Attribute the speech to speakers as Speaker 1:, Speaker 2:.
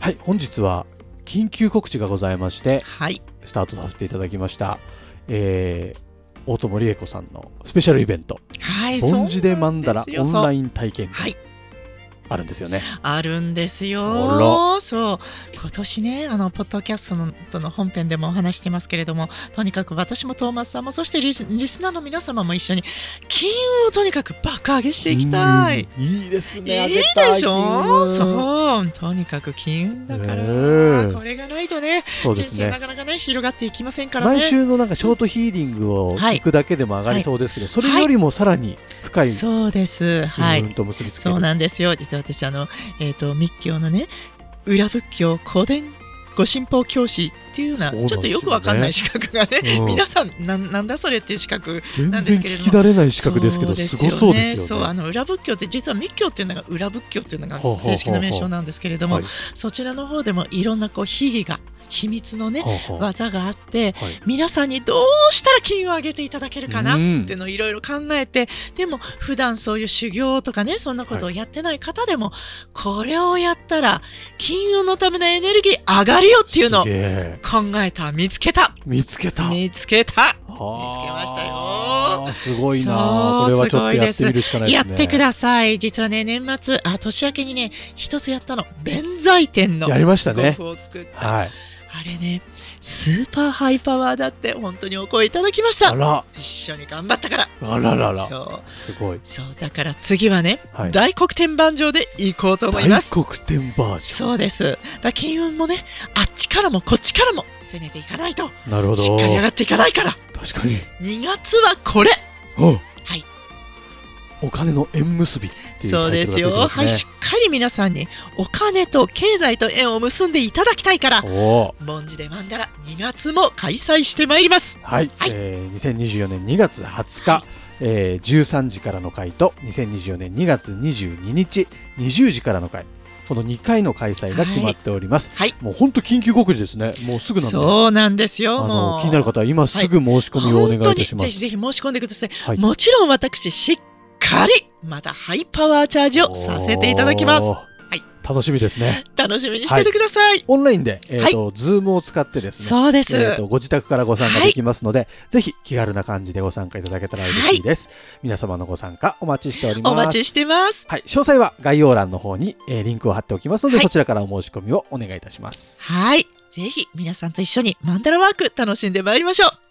Speaker 1: はい本日は緊急告知がございまして
Speaker 2: はい。
Speaker 1: スタートさせていただきました、えー、大友理恵子さんのスペシャルイベント
Speaker 2: はい。
Speaker 1: 「凡字で漫
Speaker 2: 漫だ
Speaker 1: だ
Speaker 2: ら
Speaker 1: らオンラ
Speaker 2: イン。
Speaker 1: イン体験
Speaker 2: はい。」
Speaker 1: あるんですよね
Speaker 2: あるんです
Speaker 1: あ
Speaker 2: よ。そう。今年ね、あの、ポッドキャストのとの本編でもお話してますけれども、とにかく私もトーマスさんも、そしてリスリスナーの皆様も一緒に、金運をとにかく爆上げしていきたい。
Speaker 1: うんいいです
Speaker 2: い
Speaker 1: ねあ
Speaker 2: い
Speaker 1: げ
Speaker 2: で
Speaker 1: た
Speaker 2: し
Speaker 1: 金
Speaker 2: ょ
Speaker 1: 運
Speaker 2: そう。とにかく金運だから。
Speaker 1: うん
Speaker 2: これがないとね、
Speaker 1: そうで
Speaker 2: 人
Speaker 1: す
Speaker 2: 生な
Speaker 1: ね
Speaker 2: かなかね、広がっていきませんからね。
Speaker 1: 毎週のなんかショートヒーリングを
Speaker 2: はい
Speaker 1: 聞くだけでも上がりそうですけど、それよりもさらに深い
Speaker 2: そうです。はい
Speaker 1: 金。運と結びつけ
Speaker 2: そ
Speaker 1: る、
Speaker 2: うなんですよ。実は私、あの、えっ、と、密教のね、裏仏教古伝ご神宝教師っていうような、
Speaker 1: そうなんです
Speaker 2: ちょ
Speaker 1: よね
Speaker 2: っとよくわかんない資格がね、
Speaker 1: うん
Speaker 2: 皆さんなん、なんだそれっていう資格。
Speaker 1: 全
Speaker 2: なんです
Speaker 1: 然
Speaker 2: けれど
Speaker 1: 聞
Speaker 2: も
Speaker 1: き慣れない資格ですけど
Speaker 2: そう
Speaker 1: すごそうですよね
Speaker 2: そう、あの、裏仏教って、実は密教っていうのが裏仏教っていうのが
Speaker 1: ほうほうほうほう
Speaker 2: 正式な名称なんですけれども、
Speaker 1: はい
Speaker 2: そちらの方でもいろんなこう、秘技が、秘密のね、
Speaker 1: はあはあ
Speaker 2: 技があって、
Speaker 1: はい
Speaker 2: 皆さんにどうしたら金を上げていただけるかなっていうのをいろいろ考えてでも普段そういう修行とかねそんなことをやってない方でも、これをやったら金運のためのエネルギー上がるよっていうのを
Speaker 1: す
Speaker 2: 考
Speaker 1: げえ
Speaker 2: えた見つけた
Speaker 1: 見つけた
Speaker 2: 見つけた
Speaker 1: 見
Speaker 2: 見つけましたよ
Speaker 1: すごいな
Speaker 2: そう
Speaker 1: これはちょっとやって
Speaker 2: すご
Speaker 1: み
Speaker 2: い
Speaker 1: るしかないです
Speaker 2: やっ
Speaker 1: ね
Speaker 2: てください実はね年末あ年明けにね一つやったの弁財天の
Speaker 1: やりましたね
Speaker 2: ゴフを作った、
Speaker 1: はい
Speaker 2: あれねスーパーハイパワーだって本当にお声いただきました
Speaker 1: あら
Speaker 2: 一緒に頑張ったから
Speaker 1: あららら
Speaker 2: そう
Speaker 1: すごい
Speaker 2: そうだから次はね、
Speaker 1: はい
Speaker 2: 大黒天板上で行こうと思いま
Speaker 1: 大
Speaker 2: す
Speaker 1: 黒天バージ
Speaker 2: そうですだから金運もねあっちからもこっちからも攻めていかないと
Speaker 1: ョンなるほど
Speaker 2: しっかり上がっていかないから
Speaker 1: 確かに
Speaker 2: 2月はこれ
Speaker 1: お
Speaker 2: はい
Speaker 1: お金の縁結びっていう
Speaker 2: そうですよ
Speaker 1: タイトルがついてますね
Speaker 2: はいしっかり皆さんにお金と経済と縁を結んでいただきたいから
Speaker 1: おー
Speaker 2: 文字でマンダラ2月も開催してまいります
Speaker 1: はい、
Speaker 2: はい
Speaker 1: えー、2024年2月20日、
Speaker 2: はい
Speaker 1: えー、13時からの回と2024年2月22日20時からの回この2回の開催が決まっております、
Speaker 2: はい
Speaker 1: もう本当緊急告示ですねもうすぐなんで
Speaker 2: そうなんですよ
Speaker 1: あ
Speaker 2: も
Speaker 1: の
Speaker 2: う
Speaker 1: 気になる方は今すぐ申し込みをお願いいたしま
Speaker 2: 本当にぜひ
Speaker 1: す、
Speaker 2: ぜひ申し込んでください、
Speaker 1: はい
Speaker 2: もちろん私しっかりまたハイパワーチャージをさせていただきます
Speaker 1: おー
Speaker 2: はい
Speaker 1: 楽しみですね
Speaker 2: 楽しみにしててください、
Speaker 1: オンラインで、えーとズームを使ってですね
Speaker 2: そうです、
Speaker 1: えーとご自宅からご参加できますので、ぜひ気軽な感じでご参加いただけたら嬉しいです、皆様のご参加お待ちしております
Speaker 2: お待ちしてます
Speaker 1: はい、詳細は概要欄の方に、えーリンクを貼っておきますので、
Speaker 2: はい
Speaker 1: そちらからお申し込みをお願いいたします。
Speaker 2: はいぜひ皆さんと一緒にマンダラワーク楽しんでまいりましょう